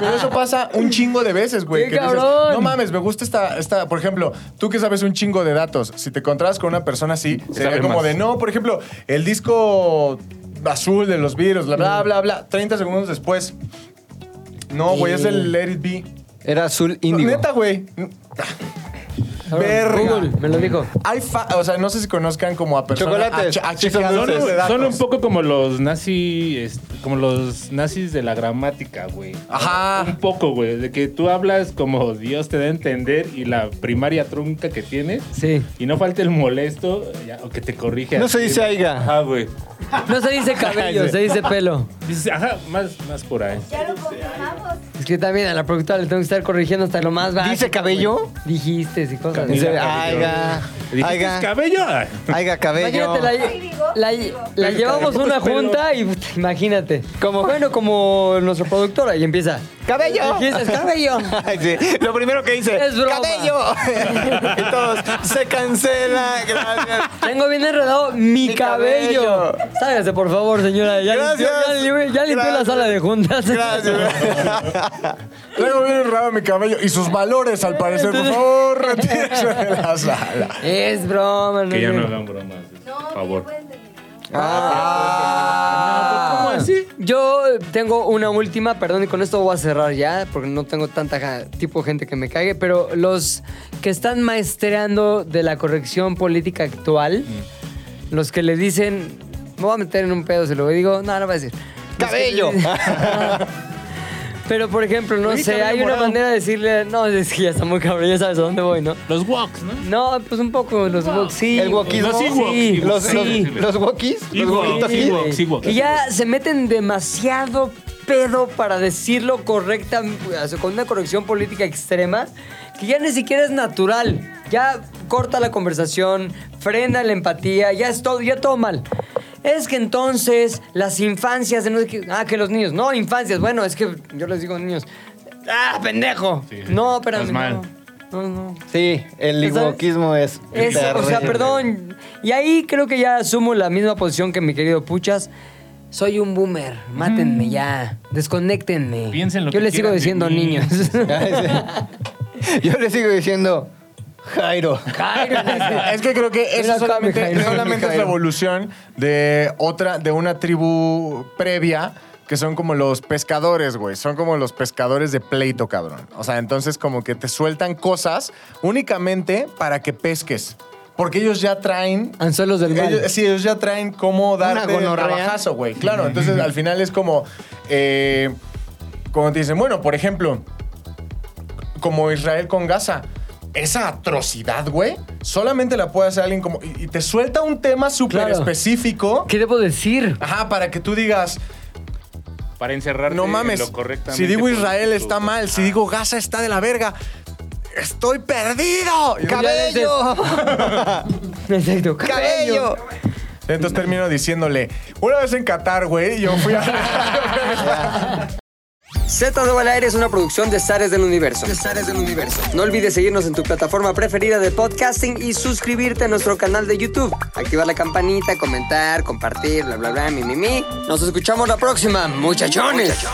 B: Pero eso pasa un chingo de veces, güey.
A: ¡Qué
B: que dices,
A: cabrón!
B: no mames, me gusta esta, esta. Por ejemplo, tú que sabes un chingo de datos, si te encontrabas con una persona así, sería
C: sabe
B: como
C: más.
B: de, no, por ejemplo, el disco azul de los virus, bla, bla, bla, bla. 30 segundos después. No, güey, es el Let It Be.
D: Era azul índigo.
B: Pues, Neta, güey.
A: Cabrón,
B: Verga.
A: Google, me lo dijo.
B: Hay fa- o sea, no sé si conozcan como a personas.
D: Chocolates.
B: A, che- a
D: Sí, son
B: chequeadores
D: dulces.
B: de datos.
C: Son un poco como los nazis, como los nazis de la gramática, güey.
B: Ajá.
C: Un poco, güey, de que tú hablas como Dios te da a entender y la primaria trunca que tienes.
A: Sí.
C: Y no falta el molesto ya, o que te corrige.
D: No
C: así.
D: se dice aiga.
C: Ajá, güey.
A: No se dice cabello, se dice pelo.
C: Dices, ajá, más, más por ahí.
E: Ya lo confirmamos.
A: Es que también a la productora le tengo que estar corrigiendo hasta lo más bajo.
D: ¿Dice cabello?
A: Dijiste, y cosas.
D: En serio,
C: Cabello.
D: Aiga.
C: Dijiste, "Es
D: Aiga.
C: cabello. Ah, Ay.
D: Aiga cabello.
A: Imagínate, la, la- la llevamos a una junta y puta, imagínate. Como bueno, como nuestra productora y empieza.
D: ¡Cabello!
A: Dijiste, cabello.
D: Ay, sí. Lo primero que dice,
A: Es broma. <laughs>
D: cabello. y todos, se cancela, gracias.
A: Tengo bien enredado mi,
D: Mi
A: cabello.
D: cabello.
A: Sálgase, por favor, señora. Ya limpió, ya
D: Gracias.
A: limpió- ya limpió la
D: Gracias.
A: sala de juntas.
D: Gracias.
B: Traigo bien enredado mi cabello y sus valores, al parecer. Por
C: <laughs>
B: favor, retírese de la sala.
A: Es broma, no
C: Que ya
A: es
C: no
A: broma.
C: hagan bromas.
E: No,
C: Por favor.
E: no pueden terminar.
D: Ah.
A: ¿Cómo así? Yo tengo una última, perdón, y con esto voy a cerrar ya, porque no tengo tanta ja- tipo de gente que me cague, pero los que están maestreando de la corrección política actual, los que le dicen, me voy a meter en un pedo, se lo digo, no, no va a decir. Los que le
D: Cabello.
A: dicen- <laughs> Pero, por ejemplo, no
C: Oye,
A: sé,
C: cabello
A: hay una
C: morado.
A: manera de decirle, no, es que ya está muy cabrón, ya sabes a dónde voy, ¿no?
C: Los walks, ¿no?
A: No, pues un poco los woke, sí.
D: El wokismo.
C: Los Ewoks,
A: Sí,
C: Ewoks.
D: Los,
A: sí.
D: los, los wokis, los
C: Ewoks,
D: wokitos.
A: Sí.
C: Ewoks, Ewoks.
A: Y ya se meten demasiado pedo para decirlo correctamente, con una corrección política extrema, que ya ni siquiera es natural. Ya corta la conversación, frena la empatía, ya es todo, ya todo mal. Es que entonces las infancias, de no sé qué- ah, que los niños, no, infancias, bueno, es que yo les digo niños, ah, pendejo.
C: Sí,
A: no,
C: estás
A: espérame,
C: mal.
A: no, no, no.
D: Sí, el
A: Pues, ¿Sabes?
D: wokismo es.
A: Eso, o sea,
D: terrible.
A: perdón. Y ahí creo que ya asumo la misma posición que mi querido Puchas. Soy un boomer, mátenme ya, desconéctenme.
C: Mm. Piensen lo
A: Yo
C: que
A: les sigo
C: quieran de
A: diciendo
C: mí. <laughs>
A: niños. <laughs>
D: Ah, Yo le sigo diciendo, Jairo.
A: Jairo,
B: <laughs> Es que creo que
A: Mira
B: eso
A: acá, mi
B: solamente,
A: Jairo.
B: solamente es la evolución de otra, de una tribu previa que son como los pescadores, güey. Son como los pescadores de pleito, cabrón. O sea, entonces como que te sueltan cosas únicamente para que pesques. Porque ellos ya traen
A: Anzuelos del mal.
B: ellos- sí, ellos ya traen cómo darte el
D: gonorrea.
B: trabajazo, güey. Claro, entonces al final es como. eh, como te dicen, bueno, por ejemplo, como Israel con Gaza. Esa atrocidad, güey, solamente la puede hacer alguien como. Y, y te suelta un tema súper
A: Claro.
B: específico.
A: ¿Qué debo decir?
B: Ajá, para que tú digas,
C: Para encerrarte
B: no
C: en
B: mames,
C: lo correctamente
B: si digo Israel
C: político.
B: está mal, si digo Gaza está de la verga, estoy perdido. Y-
D: ¡Cabello! <laughs>
A: Exacto,
D: ¡Cabello!
B: Entonces termino diciéndole, una vez en Qatar, güey, yo
A: <laughs>
B: fui a...
A: Z2 al aire es una producción de Zares del Universo. del Universo. No olvides seguirnos en tu plataforma preferida de podcasting y suscribirte a nuestro canal de YouTube. Activar la campanita, comentar, compartir, bla, bla, bla, mi, mi, mi. Nos escuchamos la próxima, muchachones.